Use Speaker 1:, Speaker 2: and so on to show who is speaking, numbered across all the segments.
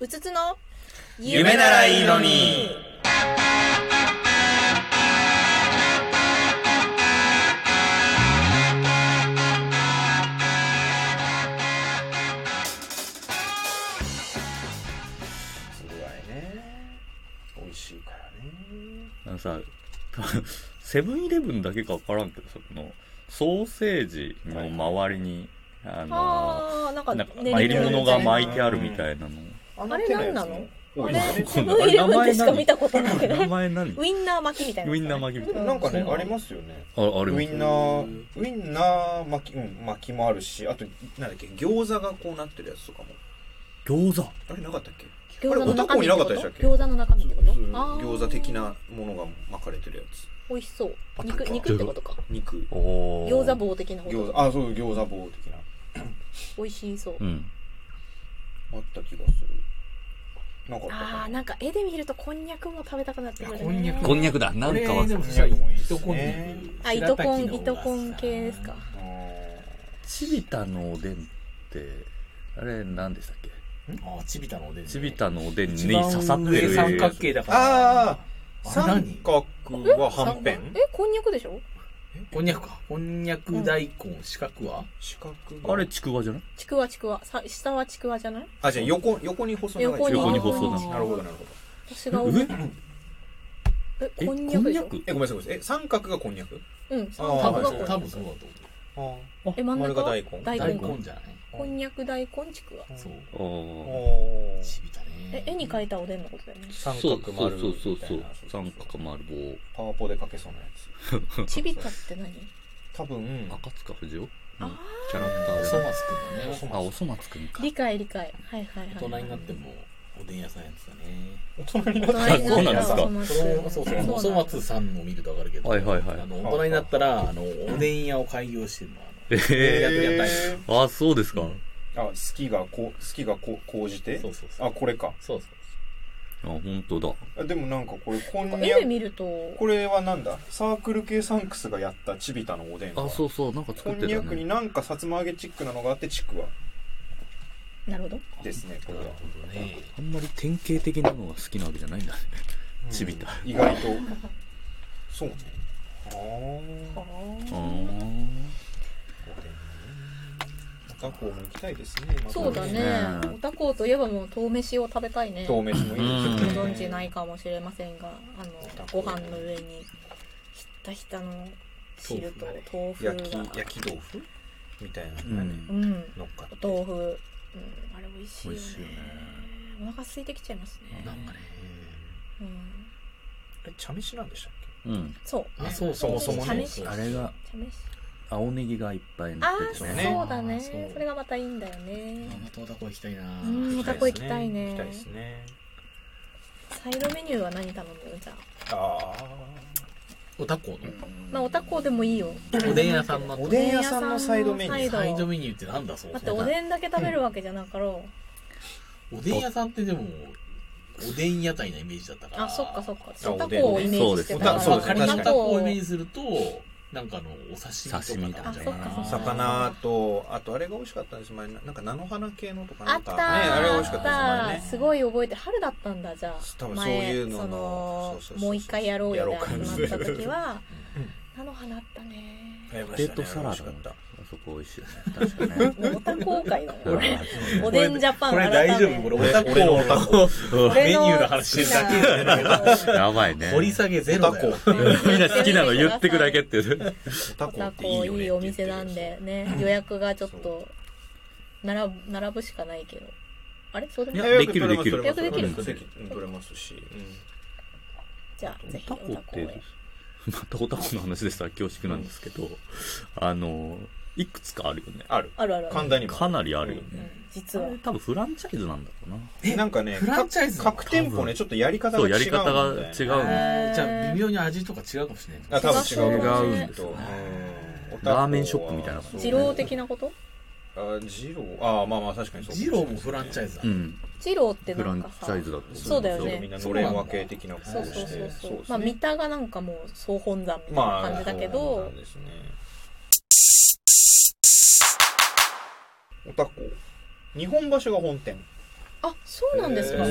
Speaker 1: うつつの
Speaker 2: 夢ならいいのにすごいね美味しいからね
Speaker 3: あのさ、 多分セブンイレブンだけかわからんけどさ、この、ソーセージの周りに、あ
Speaker 1: あ
Speaker 3: の
Speaker 1: あなんか
Speaker 3: なんか
Speaker 1: 練
Speaker 3: 練り
Speaker 1: り
Speaker 3: 物
Speaker 1: 物
Speaker 3: が
Speaker 1: が
Speaker 3: 巻
Speaker 1: 巻
Speaker 3: い
Speaker 1: い
Speaker 3: てあるみたいなの。
Speaker 2: あ
Speaker 1: あれ
Speaker 2: 手や
Speaker 1: な
Speaker 2: つ
Speaker 1: んなの
Speaker 2: うん
Speaker 1: あれ
Speaker 2: ね
Speaker 1: セブンイレブンでしか見たことない
Speaker 3: 名前何
Speaker 1: ウインナー巻きみたいな
Speaker 3: ウインナー巻きみたいな。
Speaker 2: なんかね
Speaker 3: そ
Speaker 2: ありますよね
Speaker 3: あ、ある
Speaker 2: ウインナーウインナー巻きうん巻きもあるしあとなんだっけ餃子がこうなってるやつとかも
Speaker 3: 餃子。
Speaker 2: あれなかったっけ
Speaker 1: 餃
Speaker 2: あれ
Speaker 1: 子の中身
Speaker 2: 男いなかったでしたっけ
Speaker 1: 餃子の中身ってこと
Speaker 2: そう
Speaker 1: あー
Speaker 2: 餃子的なものが巻かれてるやつ
Speaker 1: 美味しそう
Speaker 2: あ
Speaker 1: 肉
Speaker 2: とか
Speaker 1: 肉ってことか
Speaker 2: 肉
Speaker 3: おー
Speaker 1: 餃子。棒的なこ
Speaker 2: 餃
Speaker 1: と
Speaker 2: 子あそう餃子棒的な
Speaker 1: 美味しそう
Speaker 3: うん。
Speaker 2: あった気がするなかった
Speaker 1: あ
Speaker 2: か
Speaker 1: ー
Speaker 2: な
Speaker 1: なんか絵で見るとこんにゃくも食べたくなってくるね
Speaker 4: いやこんにゃく
Speaker 3: こんにゃくだ。な
Speaker 4: こ
Speaker 3: ん
Speaker 4: れ
Speaker 3: かは
Speaker 4: でも
Speaker 2: こんにゃくもいいっすね
Speaker 4: 糸こんにゃく
Speaker 1: あ糸こん
Speaker 4: 白滝の
Speaker 1: 糸こん系ですか
Speaker 2: あ
Speaker 3: ちびたのおでんって、あれ何でしたっけ
Speaker 4: ああちびたのおでんね
Speaker 3: ちびたのおでんに
Speaker 4: 一番
Speaker 3: 刺さって
Speaker 4: 上
Speaker 3: る。
Speaker 4: 三角形だから
Speaker 2: あー
Speaker 4: あれ
Speaker 2: 三
Speaker 4: 何
Speaker 2: 角ははんぺん
Speaker 1: えこんにゃくでしょ
Speaker 4: こんにゃくかこんにゃく大根四角は
Speaker 2: 四角が
Speaker 3: あれちくわじゃない
Speaker 1: ちくわちくわさ下はちくわじゃない
Speaker 2: あじゃあ横横に細長い
Speaker 1: 横に
Speaker 3: 横に細
Speaker 1: 長い
Speaker 2: なるほどなるほど
Speaker 1: 私が思う
Speaker 3: え
Speaker 1: え
Speaker 3: え
Speaker 1: こんにゃくでしょ
Speaker 2: えごめんなさいごめんなさいえ三角がこんにゃく
Speaker 1: うん三
Speaker 2: あー
Speaker 4: 多
Speaker 1: 角
Speaker 4: 分
Speaker 1: が
Speaker 4: そう
Speaker 1: こ
Speaker 4: 多
Speaker 1: んに
Speaker 2: あ
Speaker 4: 分そうだと
Speaker 1: え真ん中
Speaker 2: あ
Speaker 1: は
Speaker 2: れが大根
Speaker 1: 大根
Speaker 4: 思う大
Speaker 1: か
Speaker 4: 根じゃない
Speaker 1: こんにゃく大根ちくわ
Speaker 4: そう
Speaker 3: あー
Speaker 2: お
Speaker 4: ちびたね
Speaker 1: え絵に描いたおでんのことだよね
Speaker 2: 三
Speaker 3: そ
Speaker 2: 角
Speaker 3: う
Speaker 2: 丸
Speaker 3: そうそうそうそ
Speaker 2: み
Speaker 3: う
Speaker 2: た
Speaker 3: 三
Speaker 2: いな
Speaker 3: 角丸棒
Speaker 2: パワポでかけそうなやつ
Speaker 1: ちびたって何
Speaker 2: 多分
Speaker 3: 赤塚不二夫
Speaker 1: あー
Speaker 3: のキャラクター
Speaker 4: お
Speaker 3: で
Speaker 4: そ松くんのね
Speaker 3: あおそ松くんか
Speaker 1: 理解理解はいはいはい
Speaker 4: 大人になってもおでん屋さんやってたね
Speaker 2: 大人にな
Speaker 1: 大人になったら
Speaker 3: そうなん
Speaker 4: 子供そ
Speaker 1: そ
Speaker 4: うそうおそう
Speaker 1: なんだ
Speaker 4: 松さんの見るとわかるけど
Speaker 3: はいはいはい
Speaker 4: あの大人になったらあのおでん屋を開業してるのあの
Speaker 3: え
Speaker 4: やった
Speaker 2: え
Speaker 3: ー、あそうですか、
Speaker 4: うん
Speaker 2: ー、あ好きがこう好きがこうこうじて
Speaker 4: そうそうそう
Speaker 2: あこれか
Speaker 4: そうそう
Speaker 3: あ本当だ
Speaker 2: あでもなんかこれこんにゃ
Speaker 1: 絵で見ると
Speaker 2: これはなんだサークル系サンクスがやったちびたのおでんは
Speaker 3: あそうそうなんか
Speaker 2: こ
Speaker 3: 作っ
Speaker 2: ん
Speaker 3: て
Speaker 2: に
Speaker 3: た
Speaker 2: ゃくに
Speaker 3: ね
Speaker 2: なんかさつま揚げチックなのがあってちくわ
Speaker 1: なるほど
Speaker 2: ですねこれは
Speaker 4: そうね
Speaker 3: あんまり典型的なのが好きなわけじゃないんだねちびた
Speaker 2: 意外とそうねああ
Speaker 1: あ
Speaker 3: あ
Speaker 1: ー
Speaker 3: ー
Speaker 2: またこうも行きたいですねまた
Speaker 1: そうだね
Speaker 3: うん
Speaker 1: おたこうといえばもう豆飯を食べたいねご
Speaker 2: 遠飯もいいですよね
Speaker 1: 存知ないかもしれませんがあのご飯の上にひったひたの汁と豆腐が
Speaker 2: 焼き焼き豆腐みたいなのが
Speaker 3: う
Speaker 2: ね
Speaker 3: ん
Speaker 1: うん
Speaker 2: 乗っかって
Speaker 1: お豆腐うんあれ美味しいよ
Speaker 3: 美味しいよ
Speaker 1: ね
Speaker 3: ね
Speaker 1: お腹空いてきちゃいますね
Speaker 4: なんかね
Speaker 1: うん
Speaker 2: え茶飯なんでしたっ
Speaker 3: うん
Speaker 1: そう
Speaker 4: あそう
Speaker 2: そもそもね
Speaker 1: 試し
Speaker 3: あれが
Speaker 1: 茶飯
Speaker 3: 青ネギがいっぱい
Speaker 1: あ
Speaker 3: 乗ってて
Speaker 1: ー
Speaker 3: ね
Speaker 1: そうだね
Speaker 4: そう
Speaker 1: それがまたいいんだよね
Speaker 4: またおたこ行きたいな
Speaker 1: うんお
Speaker 2: け
Speaker 1: たこ行きたいね
Speaker 2: 行きたいですね
Speaker 1: サイドメニューは何頼むじゃあ
Speaker 2: あ
Speaker 4: おたこ
Speaker 1: まあおたこでもいいよ
Speaker 4: のおでん屋さんの
Speaker 2: おでん屋さんのサイドメニュー
Speaker 4: サイド
Speaker 1: メ
Speaker 4: メニューってなんだそう
Speaker 1: だっておでんだけ食べるわけじゃなかろ
Speaker 4: おでん屋さんってでもおでん屋台なイメージだったか
Speaker 1: う
Speaker 4: ら
Speaker 1: あそっかそっか
Speaker 2: あ
Speaker 1: おたこをイメージしてた
Speaker 2: あ
Speaker 1: か
Speaker 2: そ
Speaker 4: そうう
Speaker 2: で
Speaker 1: ら
Speaker 2: すねお
Speaker 4: 仮
Speaker 2: たこ
Speaker 4: におたこをイメージするとなんかあのお刺身とかなんじゃな
Speaker 1: 刺
Speaker 4: い
Speaker 1: 身だあそっかそっか
Speaker 2: 魚とあとあれが美味しかったんです前ななんか菜の花系のとか
Speaker 1: あ
Speaker 2: な
Speaker 1: っ
Speaker 2: ん
Speaker 1: た
Speaker 2: か
Speaker 1: ー
Speaker 2: ねあれが美味しかった
Speaker 1: あ
Speaker 2: で
Speaker 1: った
Speaker 2: す前ね
Speaker 1: すごい覚えて春だったんだじゃあ
Speaker 2: 多分そういうのの
Speaker 1: 前その
Speaker 2: そうそうそうそう
Speaker 1: もう一回やろうよで集まった時
Speaker 2: や
Speaker 1: は
Speaker 2: うん
Speaker 1: 菜の花あったね
Speaker 2: ありま
Speaker 3: ポテ
Speaker 2: したね
Speaker 3: トサラダ
Speaker 2: 美味し
Speaker 3: あ
Speaker 2: かっ
Speaker 3: そこ美味しいよね確かね
Speaker 1: もうおたこ会だね
Speaker 3: あ
Speaker 1: こ れ
Speaker 3: ー
Speaker 1: おでんジャパン
Speaker 4: これ
Speaker 1: 改め
Speaker 4: 大丈夫これおたこ
Speaker 2: 俺のおたこ
Speaker 3: うん
Speaker 4: メニューの話してるだけじゃない
Speaker 1: け
Speaker 3: やば いね
Speaker 4: 掘り下げゼロだよ
Speaker 2: お
Speaker 3: みんな好きなの言ってくだけっていうね
Speaker 2: たこ
Speaker 1: タ
Speaker 2: っていい
Speaker 1: コ
Speaker 2: よね
Speaker 1: いいお店なんでね予約がちょっと並ぶ並ぶしかないけどあれそうでも
Speaker 3: い
Speaker 1: な
Speaker 3: や
Speaker 1: い
Speaker 3: できるできる
Speaker 2: 予約取れます
Speaker 1: でき
Speaker 2: 取れますうん取れますし
Speaker 1: じゃあぜひ
Speaker 3: タ
Speaker 1: お
Speaker 3: コ
Speaker 1: た
Speaker 3: っ
Speaker 1: こ
Speaker 3: て
Speaker 1: へ、
Speaker 3: またおタコの話でさ、恐縮なんですけど、あの、いくつかあるよね。
Speaker 2: ある
Speaker 1: あるあるあ
Speaker 2: 神
Speaker 1: る
Speaker 2: 田にも
Speaker 3: かなりあるよ
Speaker 1: う
Speaker 3: ね。
Speaker 1: ん実
Speaker 3: あ
Speaker 1: は
Speaker 3: れ多分フランチャイズなんだろうな。
Speaker 2: なんかね
Speaker 4: フランチャイズなの
Speaker 2: 各各店舗ねちょっとやり方が
Speaker 3: そう、
Speaker 2: 違
Speaker 3: や
Speaker 2: うん
Speaker 3: り方が違う
Speaker 4: じ
Speaker 3: の。
Speaker 4: ゃあ微妙に味とか違うかもしれない
Speaker 2: あ多分違う
Speaker 3: 違うんです
Speaker 2: と
Speaker 3: よね
Speaker 2: うん
Speaker 3: ラーメンショップみたいな
Speaker 2: そうね
Speaker 1: 二郎的なこと
Speaker 2: あ二郎ああまあまあ確かにそう
Speaker 4: ジローもフランチャイズだ
Speaker 3: うん。
Speaker 1: 二郎って
Speaker 3: フ
Speaker 1: な
Speaker 3: ラ
Speaker 1: ん
Speaker 3: ン
Speaker 1: か
Speaker 3: チ
Speaker 1: さ
Speaker 3: ャイズだと思
Speaker 1: そうだよね
Speaker 2: みんなのれん分け的なこと
Speaker 1: そ
Speaker 2: を
Speaker 1: うそう
Speaker 2: し
Speaker 1: そう
Speaker 2: て
Speaker 1: そ
Speaker 2: そううですね
Speaker 1: まあ三田がなんかもう総本山みたいな感じだけ
Speaker 2: そう
Speaker 1: ど
Speaker 2: なんですねおたこ日本橋が本店
Speaker 1: あそうなんですか
Speaker 2: へ
Speaker 1: へ
Speaker 2: ー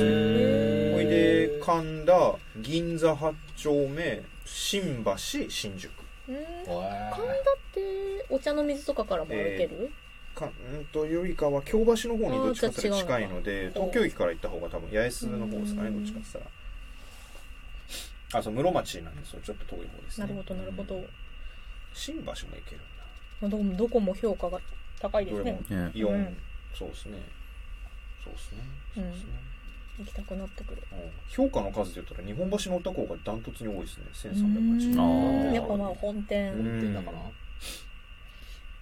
Speaker 1: ー
Speaker 2: ほいで神田銀座八丁目新橋新宿
Speaker 1: うん
Speaker 4: わあ
Speaker 1: 神田ってお茶の水とかからも歩ける、
Speaker 2: かうんとよりかは京橋の方にどっちかって言ったら近いので
Speaker 1: あーじゃあ違うのか
Speaker 2: 東京駅から行った方が多分八重洲の方ですかね
Speaker 1: うん
Speaker 2: どっちかって言ったらあそう室町なんですよちょっと遠い方ですね
Speaker 1: なるほどなるほど、
Speaker 2: 新橋も行けるん
Speaker 1: ま
Speaker 2: だ
Speaker 1: あどこもどこも評価が高いで
Speaker 2: ど
Speaker 1: す
Speaker 2: れ
Speaker 1: ね
Speaker 2: も
Speaker 3: ね
Speaker 2: イオン、
Speaker 1: うん
Speaker 2: そうですねそうですね
Speaker 1: う
Speaker 2: そ
Speaker 1: ん
Speaker 2: うですね、
Speaker 1: 行きたくなってくる
Speaker 2: うん評価の数で言ったら日本橋のった方がダントツに多いですね
Speaker 1: うん
Speaker 2: 1380
Speaker 3: あー
Speaker 1: やっぱまあ本
Speaker 2: うん
Speaker 1: 店
Speaker 4: 持ってんだか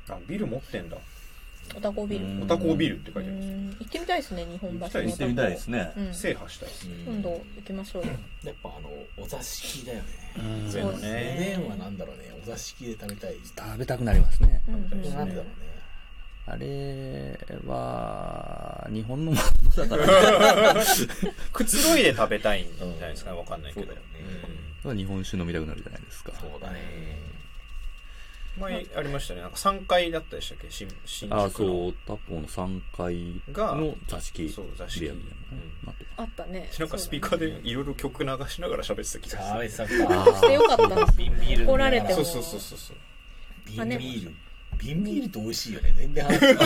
Speaker 4: ら
Speaker 2: あビル持ってんだ
Speaker 1: おたこビル
Speaker 3: う
Speaker 1: うんん
Speaker 2: おたこビルって書いてあります、
Speaker 1: 行ってみたいですね日本橋のおたこ
Speaker 2: 行ってみ
Speaker 3: すね
Speaker 1: うん
Speaker 2: 制覇したいです
Speaker 4: うん
Speaker 1: 今度行きましょうよ
Speaker 4: やっぱあのお座敷だよね
Speaker 3: うん
Speaker 1: そうです
Speaker 4: お
Speaker 1: ね
Speaker 4: でんはなんだろうねお座敷で食べたい
Speaker 3: 食べたくなりますね
Speaker 1: うんうん
Speaker 4: なんだろうね
Speaker 3: あれは日本のまんまだから
Speaker 2: くつろいで食べたいんじ
Speaker 4: ゃないですか
Speaker 2: わかんない
Speaker 4: けどうん
Speaker 3: 日本酒飲みたくなるじゃないですか
Speaker 4: そうだね
Speaker 2: 前ありましたねなんか3階だったでしたっけ新新宿の
Speaker 3: あそうタコの3階
Speaker 2: が
Speaker 3: の座敷
Speaker 2: そう座敷
Speaker 3: でやるみたいなね
Speaker 2: うん
Speaker 3: なって
Speaker 1: あったね
Speaker 2: なんかスピーカーでいろいろ曲流しながら喋ってた気
Speaker 4: チ
Speaker 2: が
Speaker 4: ャー
Speaker 2: す
Speaker 4: レ
Speaker 2: る
Speaker 4: ーさ
Speaker 1: そう
Speaker 4: ん
Speaker 1: だねし
Speaker 4: か
Speaker 1: て よかったな
Speaker 4: 瓶ビール
Speaker 1: 怒られても
Speaker 2: そうそうそうそうそう
Speaker 4: 瓶
Speaker 1: あね
Speaker 4: ビール瓶ビールって美味しいよね全然話変わ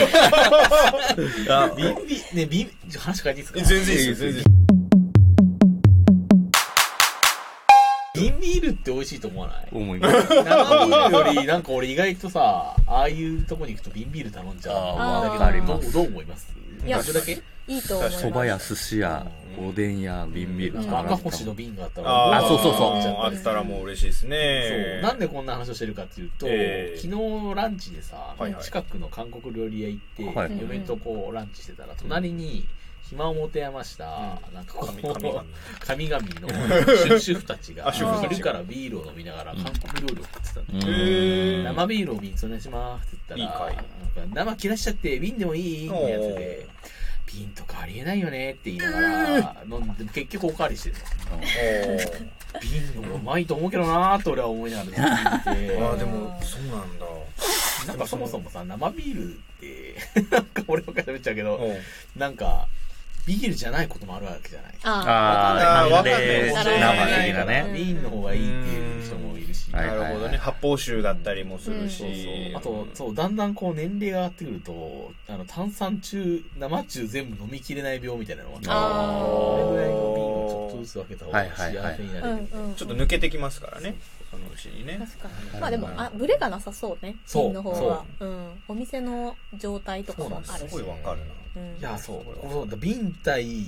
Speaker 3: あ
Speaker 4: る瓶ビールね瓶ちょ話変えていいですか
Speaker 2: え全然いいです全然いいです
Speaker 4: 瓶ビールって美味しいと思わない
Speaker 3: 思います
Speaker 4: 生ビールよりなんか俺意外とさああいうとこに行くと瓶ビール頼んじゃう
Speaker 3: あ
Speaker 1: ー
Speaker 4: だけど
Speaker 1: わかります
Speaker 4: どうどう思います
Speaker 1: いや
Speaker 4: それだけ
Speaker 1: いいと思います
Speaker 3: 蕎麦屋寿司屋
Speaker 4: うん
Speaker 3: おでん屋瓶ビール
Speaker 1: うん
Speaker 4: 赤星の瓶があったら
Speaker 2: ー
Speaker 3: あそうそうそう
Speaker 2: あーあったらもう嬉しいです
Speaker 4: そう
Speaker 2: ね
Speaker 4: なんでこんな話をしてるかっていうと、
Speaker 2: ええ
Speaker 4: 昨日ランチでさ、
Speaker 2: はいはい
Speaker 4: 近くの韓国料理屋行って、
Speaker 3: はい
Speaker 4: 嫁とこうランチしてたら隣に暇を持て余した、なんかこう
Speaker 2: 神神々
Speaker 4: 神々の主婦たちが
Speaker 2: あ主
Speaker 1: 婦たちが
Speaker 4: 昼からビールを飲みながら韓国料理を食ってたんだ
Speaker 3: うん
Speaker 2: へー
Speaker 4: 生ビールを瓶お願いしますって言ったら、
Speaker 2: いいか
Speaker 4: なんか生切らしちゃって瓶でもいいってやつで、瓶とかありえないよねって言いながら、飲んで結局おかわりしてる。瓶のうまいと思うけどなーと俺は思いながら聞いて
Speaker 2: おーあーでもそうなんだ
Speaker 4: なんかそもそもさ、生ビールって、 なんか俺ばっかり喋っちゃうけど、なんか、ビールじゃないこともあるわけじゃない。
Speaker 1: あ
Speaker 3: あー
Speaker 2: わかんない
Speaker 3: で
Speaker 1: かん
Speaker 2: わ
Speaker 3: 生
Speaker 1: ない
Speaker 3: 的なね
Speaker 4: ビールの方がいいっていう人もいるし。
Speaker 3: うんはい
Speaker 2: なるほどね発泡酒だったりもするし、
Speaker 4: そうそうあと、そう、だんだんこう年齢が上がってくると、あの、炭酸中、生中全部飲みきれない病みたいなのがあって、
Speaker 1: あ
Speaker 4: これぐらいの瓶をちょっとずつ分けた方が
Speaker 3: はいはいはい
Speaker 4: 幸せにな
Speaker 1: ー
Speaker 4: れ
Speaker 1: う
Speaker 4: る
Speaker 1: ん
Speaker 4: みたいな。
Speaker 1: うん
Speaker 2: ちょっと抜けてきますからねそのうちにね
Speaker 1: 確かにまあでもあブレがなさそうね
Speaker 4: そう
Speaker 1: 瓶の方はうんお店の状態とかもあ
Speaker 2: す
Speaker 1: るし
Speaker 2: ごいわかるな
Speaker 1: うん
Speaker 4: いや、そう。この瓶対
Speaker 2: 瓶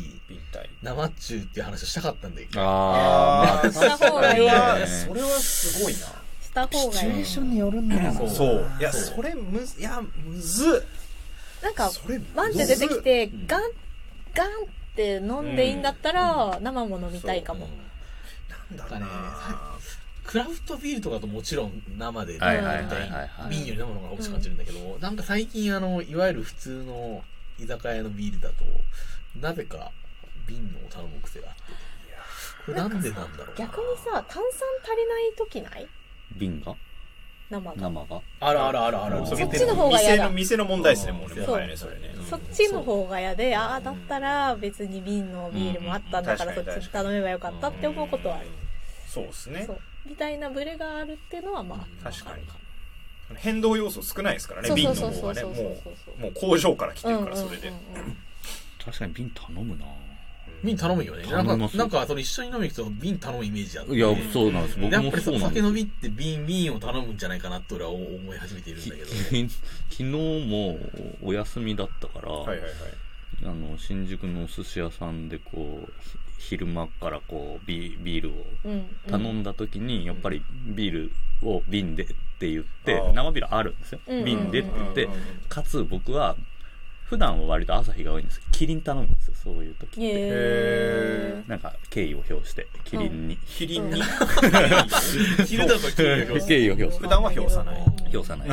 Speaker 2: 体
Speaker 4: 生中っていう話をしたかったんだけど、
Speaker 3: あ
Speaker 2: ー
Speaker 1: した方がいい
Speaker 2: それは
Speaker 3: ね
Speaker 2: それはすごいな
Speaker 1: した方がいい
Speaker 3: によるんだよ
Speaker 4: な
Speaker 2: そういや
Speaker 4: そう
Speaker 2: それむずいやむず
Speaker 1: なんか
Speaker 2: それむず
Speaker 1: ワンって出てきて
Speaker 4: ん
Speaker 1: ガンガンって飲んでいいんだったら生も飲みたいか
Speaker 4: う
Speaker 1: も
Speaker 4: ん
Speaker 2: なんだろうな
Speaker 4: クラフトビールとかだともちろん生で飲み
Speaker 3: はい
Speaker 1: はいはい
Speaker 4: た
Speaker 3: はいはい
Speaker 4: 瓶より飲むのが美味しく感じるんだけど、なんか最近あのいわゆる普通の居酒屋のビールだとなぜか瓶のを頼む癖があってこれなんでなんだろうな
Speaker 1: 逆にさ炭酸足りない時ない
Speaker 3: 瓶が
Speaker 1: 生が
Speaker 3: 生が
Speaker 4: あるあるあるある
Speaker 2: それ
Speaker 1: そっちの方が嫌だ
Speaker 2: 店の店の問題ですねもうね
Speaker 4: そう
Speaker 2: もはやねそれね
Speaker 4: うん
Speaker 1: そっちの方が嫌で、ああ、だったら別に瓶のビールもあったんだから
Speaker 2: うんう
Speaker 1: そ
Speaker 2: ん
Speaker 1: っ
Speaker 2: 確かに
Speaker 1: ち頼めばよかったって思うことはある。
Speaker 2: そうですね
Speaker 1: そう。みたいなブレがあるっていうのはまあ、
Speaker 2: 確かに
Speaker 1: わる
Speaker 2: 変動要素少ないですからね
Speaker 1: そう
Speaker 2: 瓶
Speaker 1: そ
Speaker 2: の
Speaker 1: うそう
Speaker 2: 方
Speaker 1: そう
Speaker 2: は
Speaker 1: そ
Speaker 2: ね
Speaker 1: う
Speaker 2: も
Speaker 1: そうそう
Speaker 2: うもう工場から来て
Speaker 1: うんう
Speaker 2: る
Speaker 1: んう
Speaker 2: から
Speaker 1: んう
Speaker 2: そ
Speaker 1: ん
Speaker 2: れで
Speaker 3: 確かに瓶頼むな
Speaker 4: 瓶頼むよねな
Speaker 3: 頼み
Speaker 4: ん
Speaker 3: ま
Speaker 4: か
Speaker 3: す
Speaker 4: なんかその一緒に飲みに行くと瓶頼むイメージある
Speaker 3: いやそうなんです
Speaker 4: で
Speaker 3: 僕
Speaker 4: やっ
Speaker 3: も
Speaker 4: ぱりさ
Speaker 3: そうなん
Speaker 4: 酒
Speaker 3: です
Speaker 4: 飲みって瓶瓶を頼むんじゃないかなって俺は思い始めているんだけど
Speaker 3: きき昨日もお休みだったから、
Speaker 2: はいはいはい
Speaker 3: あの新宿のお寿司屋さんでこうひ昼間からこうビビールを
Speaker 1: うんうん。
Speaker 3: 頼んだ時に、やっぱりビールを瓶でって言って、
Speaker 2: ああ
Speaker 3: 生ビールあるんですよ、
Speaker 1: うんうんうん
Speaker 3: 瓶でって言って、
Speaker 2: うん うんうん
Speaker 3: かつ僕は普段は割と朝日が多いんですけどキリン頼むんですよそういう時って、
Speaker 1: へ
Speaker 3: なんか敬意を表してキリンに、
Speaker 2: キリンに
Speaker 4: 昼だと 昼だと
Speaker 3: 敬意を表す
Speaker 2: 普段は表さない
Speaker 3: 表さない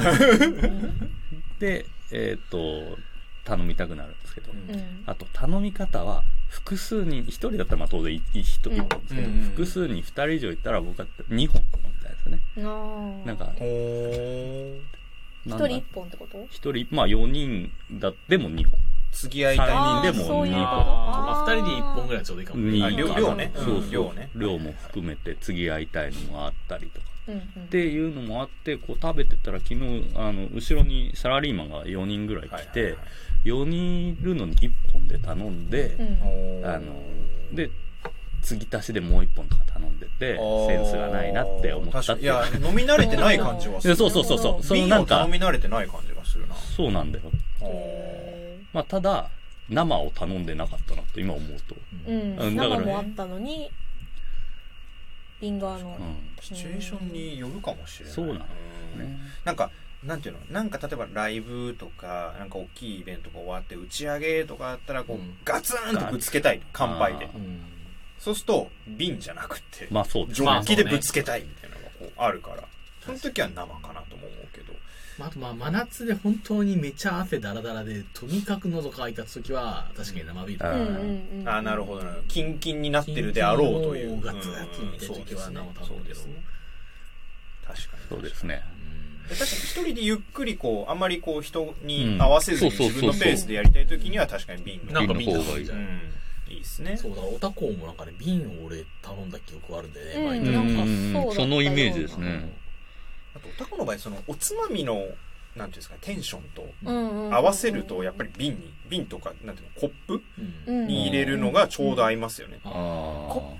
Speaker 3: でえっ、と頼みたくなるんですけど、
Speaker 2: う
Speaker 1: う
Speaker 2: ん
Speaker 1: ん。
Speaker 3: あと頼み方は複数人1人だったらまあ当然 1, 人1本ですけど、
Speaker 2: うんうんうん
Speaker 3: 複数人2人以上いたら僕は2本頼みたいですね
Speaker 1: な
Speaker 3: なんか
Speaker 2: おー
Speaker 1: 一
Speaker 3: なんだ
Speaker 1: 人一本ってこと
Speaker 3: 一人まあ4人だでも2本
Speaker 2: 継ぎ合い
Speaker 3: 三
Speaker 2: たい
Speaker 3: 人で
Speaker 1: あーそ
Speaker 3: も
Speaker 1: う
Speaker 3: 二
Speaker 1: いうこと
Speaker 3: 個。
Speaker 4: あーまあ、二人で一本ぐらいちょうどいいかもね。
Speaker 3: 二
Speaker 2: あ量
Speaker 3: かな
Speaker 2: 量ね
Speaker 3: そううんそう
Speaker 2: 量ね
Speaker 3: 量も含めて継ぎ合いたいのもあったりとか
Speaker 1: うんうん
Speaker 3: っていうのもあってこう食べてたら昨日あの後ろにサラリーマンが4人ぐらい来
Speaker 2: はい
Speaker 3: て
Speaker 2: はい
Speaker 3: 4人いるのに1本で頼んで
Speaker 1: う、ん
Speaker 3: あので継ぎ足しでもう1本とか頼んでてセンスがないなって思ったって
Speaker 2: い
Speaker 3: いう
Speaker 2: や飲み慣れてない感じはす
Speaker 3: いや
Speaker 2: る
Speaker 3: そうそうそうそうその
Speaker 2: 瓶
Speaker 3: な
Speaker 2: を
Speaker 3: んか
Speaker 2: 頼み慣れてない感じがするな
Speaker 3: そうなんだよ
Speaker 1: へ
Speaker 3: まあただ生を頼んでなかったなと今思うと、
Speaker 1: ーうん
Speaker 3: うんだから
Speaker 1: 生
Speaker 3: ね
Speaker 1: もあったのに瓶があの
Speaker 3: う
Speaker 2: シチュエーションによるかもしれない
Speaker 3: そうなのよ
Speaker 2: うん
Speaker 3: ね、
Speaker 2: なんかなんていうのなんか例えばライブとかなんか大きいイベントが終わって打ち上げとかあったらこう、
Speaker 4: うん
Speaker 2: ガツンとぶつけたい乾杯で
Speaker 3: あー
Speaker 2: そうすると瓶じゃなくて、
Speaker 3: まあそうです
Speaker 2: ジ
Speaker 3: ね、
Speaker 2: ョッキでぶつけたいみたいなのがこうあるからその時は生かなとも思うけど
Speaker 4: まあ、あとまあ真夏で本当にめちゃ汗だらだらでとにかく喉乾いた時は確かに生ビール
Speaker 3: あ
Speaker 1: うん
Speaker 3: ー
Speaker 1: うんうん
Speaker 2: ああなるほどなるほどキンキンになってるであろうという
Speaker 4: もガツガツみたいな時は
Speaker 2: うん
Speaker 4: 生
Speaker 2: そ
Speaker 4: 頼
Speaker 2: う
Speaker 4: む
Speaker 2: で
Speaker 4: け
Speaker 2: す
Speaker 4: ど
Speaker 2: ね確かに
Speaker 3: そうですね
Speaker 4: うん
Speaker 2: 確かに一人でゆっくりこうあんまりこう人に
Speaker 3: うん
Speaker 2: 合わせずに
Speaker 3: そうそう
Speaker 2: 自
Speaker 3: そう
Speaker 2: 分
Speaker 3: そう
Speaker 2: のペースでやりたい時には確かに瓶の
Speaker 4: なんか
Speaker 3: 瓶の方がいい
Speaker 4: 瓶の方がいいじゃん
Speaker 2: うんいいですね
Speaker 4: そうだからおたこもなんかね瓶を俺頼んだ記憶があるんだよね、
Speaker 1: うん
Speaker 4: バイ
Speaker 3: う
Speaker 4: ト
Speaker 1: な
Speaker 4: の時
Speaker 1: か
Speaker 4: に
Speaker 1: そうだったよう
Speaker 3: ん
Speaker 1: な
Speaker 3: そのイメージですね
Speaker 2: あとおたこの場合そのおつまみのなんていうんですかテンションと
Speaker 1: うんうん
Speaker 2: 合わせるとやっぱり瓶に瓶とかなんていうのコップ
Speaker 4: うん
Speaker 1: うん
Speaker 2: に入れるのがちょうど合いますよね
Speaker 4: あ
Speaker 3: あ
Speaker 1: コップ
Speaker 3: ー
Speaker 1: に入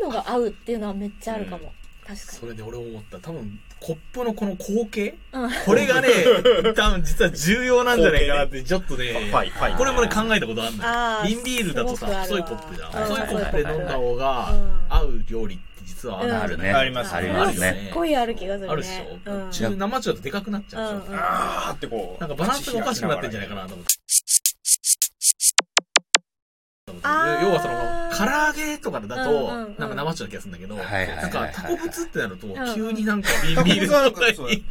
Speaker 1: れるのが合うっていうのはめっちゃあるかも、確か
Speaker 4: それで俺思った多分コップのこの光景
Speaker 1: うん
Speaker 4: これがね多分実は重要なんじゃないかなってちょっ とね
Speaker 2: ファイファイ
Speaker 4: これもね考えたことあるんだ
Speaker 1: あー
Speaker 4: よ瓶ビールだと
Speaker 1: すごく
Speaker 4: さ
Speaker 1: あるわ
Speaker 4: 細いコップじゃん
Speaker 1: うん
Speaker 4: 細いコップで飲んだ方が
Speaker 1: うん
Speaker 4: 合う料理って実はあるんじゃない
Speaker 3: うん
Speaker 2: あります
Speaker 1: あ
Speaker 3: り
Speaker 1: り
Speaker 3: ま
Speaker 1: ますす
Speaker 3: ね
Speaker 1: ねすっごいある気がするね
Speaker 4: あるでしょ、
Speaker 1: うん
Speaker 4: 中生中だとでかくなっちゃうでしょ、
Speaker 1: うんうん
Speaker 2: あーってこう
Speaker 4: なんかバランスがおかしくなってんじゃないかなと思って
Speaker 1: あー
Speaker 4: 要はその唐揚げとかだと、
Speaker 1: うんうんうん
Speaker 4: なんか生中な気がするんだけど、
Speaker 3: はいはいはいはい
Speaker 4: なんかタコブツってなると
Speaker 1: ん
Speaker 4: 急になんか
Speaker 2: タコ
Speaker 4: ビンビー
Speaker 2: ブ
Speaker 4: ル
Speaker 2: ツはなんか
Speaker 4: 状
Speaker 2: そう
Speaker 4: 態に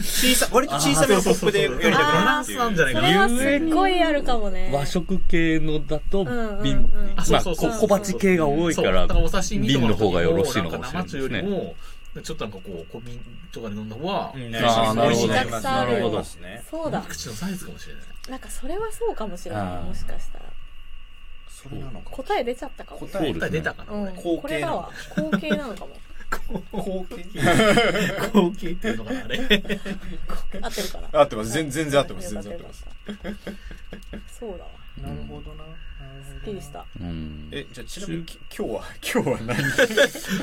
Speaker 2: 小さ割と小さめのコップでやり
Speaker 1: あー
Speaker 2: たくな
Speaker 4: バ
Speaker 2: る
Speaker 4: ランスなんじゃない
Speaker 1: そ
Speaker 4: か
Speaker 1: れ
Speaker 4: な
Speaker 1: はすっごいあるかもね
Speaker 3: 和食系のだと
Speaker 1: んうんうん
Speaker 3: 瓶ま
Speaker 4: あそう
Speaker 3: あ
Speaker 4: そう
Speaker 3: こ
Speaker 4: そ
Speaker 3: 小
Speaker 4: う
Speaker 3: 鉢系が多いか
Speaker 4: そう
Speaker 3: ら
Speaker 4: だからお刺身とか
Speaker 3: 瓶の方がよろしいのかもしれない
Speaker 4: んか
Speaker 3: で
Speaker 4: 生中よ
Speaker 3: す
Speaker 4: り
Speaker 3: ね
Speaker 4: もちょっとなんかこう小瓶とかで飲んだ方が、
Speaker 2: うん
Speaker 3: あーなるほど
Speaker 2: 美味しいです
Speaker 1: なるほど
Speaker 2: 美味しいですね
Speaker 1: そうだ
Speaker 4: 口のサイズかもしれない
Speaker 1: なんかそれはそうかもしれな
Speaker 3: あー
Speaker 1: いもしかしたら
Speaker 2: それなのか
Speaker 1: 答え出ちゃったかも
Speaker 2: 答え
Speaker 3: そう
Speaker 4: 答え出たかな、
Speaker 1: う
Speaker 4: 俺
Speaker 1: ん、
Speaker 2: 光景なの
Speaker 1: これだわ光景なのかも
Speaker 2: 後継
Speaker 4: 後継っていうのかなあれ
Speaker 1: 合ってるから
Speaker 2: 合ってます全全然合ってます全然合ってます
Speaker 1: ますそうだわ
Speaker 2: なるほどな
Speaker 1: すっきりした
Speaker 3: うん
Speaker 2: えじゃあちなみにき今日は 今日は何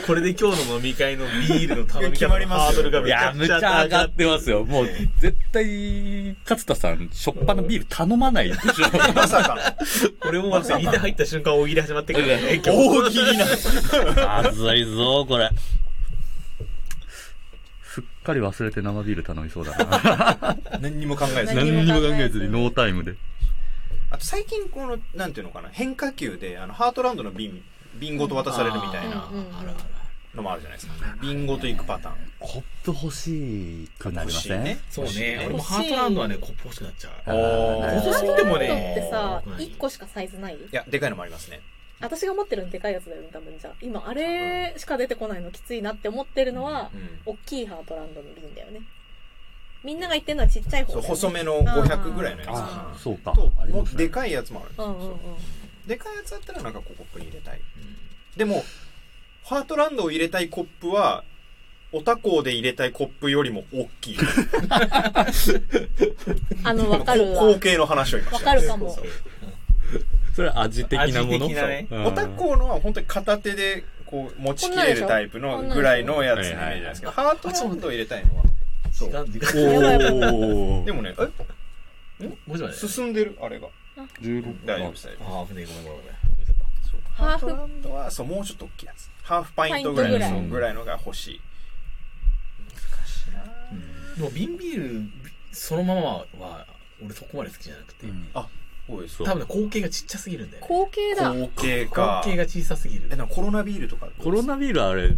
Speaker 4: これで今日の飲み会のビールの頼み
Speaker 2: 決ま
Speaker 4: 方
Speaker 2: り
Speaker 4: の
Speaker 2: ますよ
Speaker 4: ハードルが
Speaker 3: い
Speaker 4: めち
Speaker 3: や
Speaker 4: ゃ、
Speaker 3: む
Speaker 4: く
Speaker 3: ち
Speaker 4: ちゃ
Speaker 3: ゃ上
Speaker 4: 上が
Speaker 3: が
Speaker 4: っ
Speaker 3: ってますよ。もう、絶対、勝田さん、しょっぱなビール頼まないでしょ。
Speaker 2: まさか
Speaker 4: 俺も店入った瞬間大喜利始まってからね、今日。
Speaker 2: 大喜利な
Speaker 3: まずいぞ、これ。すっかり忘れて生ビール頼みそうだ な。
Speaker 2: 何にも考えず
Speaker 1: 何
Speaker 2: に
Speaker 1: にも考えずに
Speaker 3: ノータイムで。
Speaker 2: あと最近このなんていうのかな変化球であのハートランドの瓶瓶ごと渡されるみたいな
Speaker 4: あーあるある
Speaker 2: のもあるじゃないですか瓶ごと行くパターン
Speaker 3: コップ欲しいくなりません、
Speaker 4: そう ね。俺
Speaker 1: 俺
Speaker 4: も
Speaker 1: も
Speaker 4: ハ
Speaker 1: ハ
Speaker 4: ー
Speaker 1: ー
Speaker 4: ト
Speaker 1: ト
Speaker 4: ラ
Speaker 1: ラ
Speaker 4: ン
Speaker 1: ン
Speaker 4: ド
Speaker 1: ド
Speaker 4: は
Speaker 1: は
Speaker 4: ね
Speaker 1: ね、
Speaker 4: コップ欲しくなっちゃ
Speaker 3: あ
Speaker 4: う。
Speaker 2: お
Speaker 1: ハー
Speaker 2: ー
Speaker 1: トランド
Speaker 4: でも
Speaker 1: って
Speaker 4: ね
Speaker 1: さ
Speaker 4: うん
Speaker 1: 1個しかサイズない
Speaker 2: いやでかいのもありますね
Speaker 1: 私が持ってるのでかいやつだよね多分じゃあ今あれしか出てこないのきついなって思ってるのは
Speaker 2: うん
Speaker 1: 大きいハートランドの瓶だよねみんなが言ってるのはちっちゃい方だ
Speaker 2: そう
Speaker 1: よね
Speaker 2: 細めの500ぐらいのやつ
Speaker 3: あ
Speaker 2: か
Speaker 3: あ、そう
Speaker 2: な
Speaker 3: か。
Speaker 2: と
Speaker 3: あり
Speaker 2: も
Speaker 3: ま
Speaker 2: う
Speaker 3: す
Speaker 2: で
Speaker 3: ね
Speaker 2: かいやつもあるんです
Speaker 1: う
Speaker 2: よ
Speaker 1: んうんうん
Speaker 2: でかいやつだったらなんかこうコップに入れたいでもハートランドを入れたいコップはおたこで入れたいコップよりも大きい
Speaker 1: あのわかるわ
Speaker 2: こ光景の話を今
Speaker 1: わ
Speaker 2: して
Speaker 1: かるかも
Speaker 2: そうそう
Speaker 3: それ味的なもの。
Speaker 4: 味的なね
Speaker 3: うん
Speaker 2: おたこのは本当に片手でこう持ちきれるタイプのぐらいのやつのイメージなんですけどハートランドを入れたいのはそう
Speaker 4: 時間、時
Speaker 3: お
Speaker 4: 間。
Speaker 3: ー。
Speaker 2: でもねえ
Speaker 4: もしもし。
Speaker 2: 進んでるあれが
Speaker 3: 16
Speaker 2: 大丈夫です大丈夫
Speaker 4: ああ、危ねえ、ごめんごめんごめん。
Speaker 2: ですそう
Speaker 1: ハ
Speaker 2: ハ
Speaker 1: ー
Speaker 2: ー
Speaker 1: フ
Speaker 2: トランドはそうもうちょっと大きいやつハーフパイントぐらい
Speaker 1: パイン
Speaker 3: トぐらい
Speaker 2: のそうぐらいのが欲しい
Speaker 4: でも瓶ビール、そのままは、俺そこまで好きじゃなくて。
Speaker 2: あそうです
Speaker 4: 多分ね、光景がちっちゃすぎるんだよね。
Speaker 1: 光景だ
Speaker 2: 光景か
Speaker 4: 光景が小さすぎる
Speaker 2: え。なんかコロナビールとか
Speaker 3: コロナビールあれ、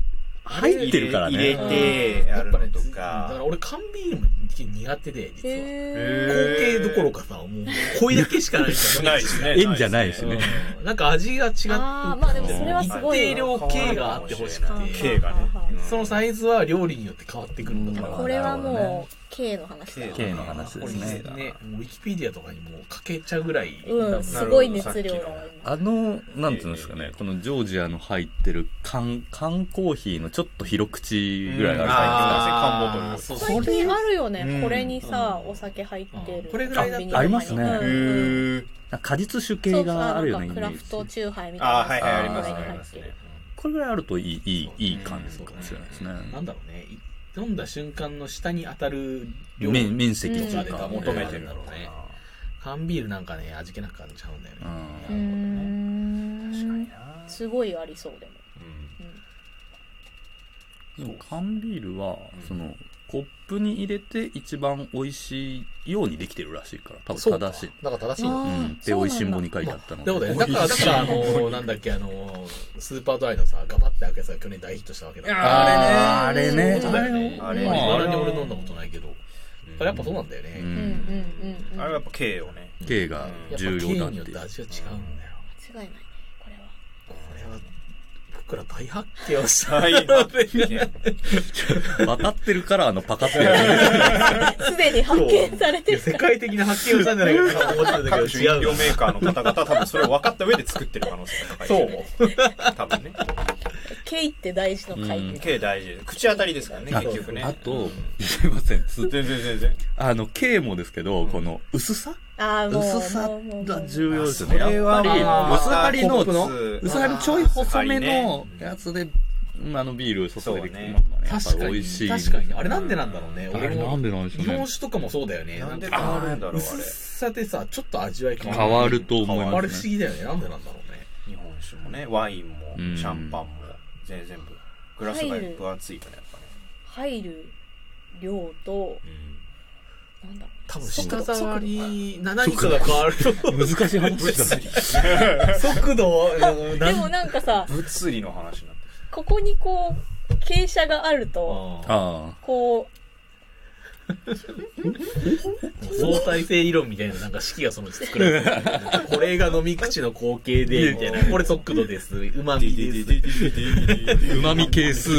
Speaker 3: 入ってるから
Speaker 2: 入れ
Speaker 3: ね。
Speaker 2: てやるのと
Speaker 4: だから
Speaker 2: か
Speaker 4: 俺缶ビールも苦手で、実は。
Speaker 1: へ
Speaker 4: 光景どころかさ、もう、恋だけしかないじゃん。
Speaker 2: すね
Speaker 3: 縁じゃないしね。
Speaker 4: なんか味が違って。
Speaker 1: あーまあでも
Speaker 3: それは
Speaker 1: すごい
Speaker 4: 一定量 K があってほしく
Speaker 1: ー
Speaker 4: て。
Speaker 2: K がね
Speaker 1: はあはあは
Speaker 4: そのサイズは料理によって変わってくるんだから。
Speaker 1: これはもう K の話だよ
Speaker 3: K の話ですね
Speaker 4: これねもうウィキペディアとかにもう書けちゃうぐらい。
Speaker 1: うんすごい熱量が
Speaker 3: あの、なんていうんですかね、このジョージアの入ってる缶、缶コーヒーのちょっと広口ぐらいあるじゃないですか。
Speaker 2: あー
Speaker 4: そうそう
Speaker 1: 最近あるよね、
Speaker 2: うん
Speaker 1: これにさ、お酒入ってる
Speaker 4: これぐらいだった
Speaker 3: あありますね
Speaker 1: うん
Speaker 2: へ
Speaker 1: うん
Speaker 2: ー
Speaker 3: なんか果実酒
Speaker 1: そ
Speaker 3: 系
Speaker 1: うそう
Speaker 3: があるよう
Speaker 1: な
Speaker 3: な
Speaker 1: か
Speaker 3: んイメ
Speaker 1: クラ
Speaker 3: ー
Speaker 1: フ
Speaker 3: ジ
Speaker 1: トチューハイみたいな
Speaker 2: あーはいはいありますね
Speaker 1: これに
Speaker 2: あ
Speaker 1: 入
Speaker 2: り
Speaker 1: っ
Speaker 2: ます
Speaker 1: て
Speaker 2: ね
Speaker 1: る
Speaker 3: これぐらいあるといい、いい、いい感じかもしれないですね。
Speaker 4: なんだろうね。い飲んだ瞬間の下に当たる量
Speaker 3: 面面積って
Speaker 4: が
Speaker 3: いう
Speaker 4: 出
Speaker 3: か、
Speaker 4: た
Speaker 1: う
Speaker 4: 求め
Speaker 2: て
Speaker 4: て
Speaker 2: る
Speaker 4: るんだろうね
Speaker 2: な。
Speaker 4: 缶ビールなんかね、味気なく感じちゃうんだよね
Speaker 3: う。ん
Speaker 1: うーんすごいありそうでも、
Speaker 3: でも缶ビールは、その、コップに入れて一番美味しいようにできてるらしいから、多分正しい。
Speaker 4: だから正しい
Speaker 1: あ
Speaker 4: の。
Speaker 3: うん。って、美味しんぼに書いてあったので。
Speaker 4: だからね、だから、だから、あの、なんだっけ、あの、スーパードライのさ、ガバって開けやつが去年大ヒットしたわけだから。
Speaker 3: あ
Speaker 1: あれね
Speaker 3: ーあれね。
Speaker 4: そうだよね。
Speaker 2: あ
Speaker 4: あ
Speaker 2: れ
Speaker 4: れ、
Speaker 2: まあ
Speaker 4: まあ、に俺飲んだことないけど。だからやっぱそうなんだよね。
Speaker 3: う
Speaker 1: うんん、うんうんうん
Speaker 2: あれはやっぱ K をね
Speaker 3: K が
Speaker 4: やっぱ
Speaker 3: 重
Speaker 4: 経
Speaker 3: 要だっ
Speaker 4: によってて。味が違うんだよ。
Speaker 1: 間違いないねこれは
Speaker 4: これは、僕ら大発見をした。
Speaker 2: はい
Speaker 3: 分かってるから、あの、パカってや
Speaker 1: すでに発見されて
Speaker 4: い
Speaker 1: る
Speaker 4: や
Speaker 1: か
Speaker 4: 世
Speaker 1: ら
Speaker 4: 界的な発見をしたんじゃないかなと思ってたんだ
Speaker 2: 各
Speaker 4: け
Speaker 2: 種
Speaker 4: ど、違
Speaker 2: 飲
Speaker 4: う
Speaker 2: 料メーカーの方々は多分それを分かった上で作ってる可能性が高い
Speaker 4: そ う
Speaker 2: ですね多分ね
Speaker 1: K って大事の回
Speaker 3: うん
Speaker 2: K 大事です口当たりですからね
Speaker 3: つ。
Speaker 2: 結局ね
Speaker 3: ああと、すいません。つ
Speaker 2: 全然全然
Speaker 3: あの、K もですけど、この、薄さ
Speaker 1: ああもう
Speaker 3: 薄さ
Speaker 1: もうもう
Speaker 3: が重要ですよね。
Speaker 2: あそれ
Speaker 3: や
Speaker 2: は
Speaker 3: っぱり、
Speaker 4: まあ
Speaker 3: 薄張り
Speaker 2: コ
Speaker 3: の
Speaker 2: ップの、
Speaker 3: 薄張りのちょい細めのやつで、うんあの、ビールを注いでいくのがね、やっ
Speaker 4: 確
Speaker 3: ぱ
Speaker 4: か
Speaker 3: 美
Speaker 4: に
Speaker 3: 味しい。
Speaker 4: 確かにねあれなんでなんだろうね
Speaker 3: あ
Speaker 4: 俺
Speaker 3: れ
Speaker 4: も
Speaker 3: なんでなんでしょう
Speaker 4: 日
Speaker 3: ね
Speaker 4: 本。酒とかもそうだよね
Speaker 2: なんで
Speaker 4: か
Speaker 2: 変わるんだろうあれ
Speaker 4: 薄さでさちょっと味わい変わる
Speaker 3: 変わると思い
Speaker 4: あ
Speaker 3: ま
Speaker 4: れ不
Speaker 3: す
Speaker 4: 思
Speaker 3: ね。
Speaker 4: 議だよねなんでなんだろうね
Speaker 2: 日本酒もねワインも
Speaker 3: うん
Speaker 2: シャンパンも全全部グラスが分厚いからやっぱね
Speaker 1: 入る量となんだろう
Speaker 4: 多分
Speaker 1: 速
Speaker 4: 舌
Speaker 1: 度
Speaker 4: 触り何かが変わると
Speaker 3: 難しい話だ
Speaker 2: 物
Speaker 3: ね。
Speaker 2: 理
Speaker 4: 速度う
Speaker 1: 速
Speaker 4: んな
Speaker 1: 度でも
Speaker 4: ん
Speaker 1: なんかさ
Speaker 2: 物理の話になって
Speaker 1: ここにこう傾斜があると
Speaker 4: あ
Speaker 3: あ
Speaker 1: こ
Speaker 4: ー相対性理論みたいななんか式がそのうち作られてるこれが飲み口の光景でみたいなこれ速度ですうまみです
Speaker 3: あ。うまみ係数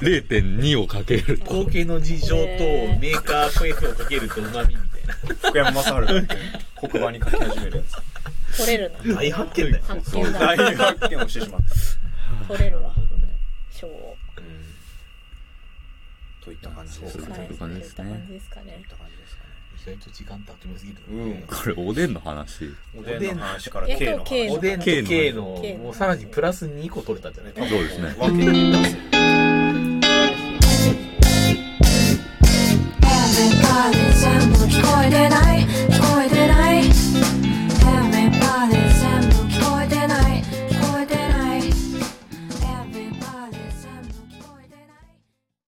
Speaker 3: 0.2をかけると。
Speaker 4: 光景の事情と
Speaker 1: へー
Speaker 4: メーカーペースをかけるとうまみみたいな
Speaker 2: 福山雅治が黒板に書き始めるやつ
Speaker 1: う取れるな
Speaker 4: 大発見だよ
Speaker 1: 発見
Speaker 2: 大
Speaker 1: だ
Speaker 2: 発見をしてしまった
Speaker 1: 取れるわ
Speaker 2: なるほどね
Speaker 1: 賞を
Speaker 2: うんといった感じです
Speaker 3: そう
Speaker 2: ね
Speaker 3: で
Speaker 2: とい
Speaker 3: す
Speaker 2: っ
Speaker 3: ね
Speaker 1: 返してくれた感じですかね
Speaker 2: た感じですかね
Speaker 4: 意外と時間経っても過ぎる
Speaker 2: うん
Speaker 3: これ、おでんの話。
Speaker 2: おでんの話から
Speaker 1: おでん
Speaker 2: K の
Speaker 1: えっと K
Speaker 2: 話
Speaker 4: おでんと
Speaker 3: K の
Speaker 4: K の、もうさらにプラス2個取れたんじゃない
Speaker 3: そうですね。
Speaker 2: 分けに出す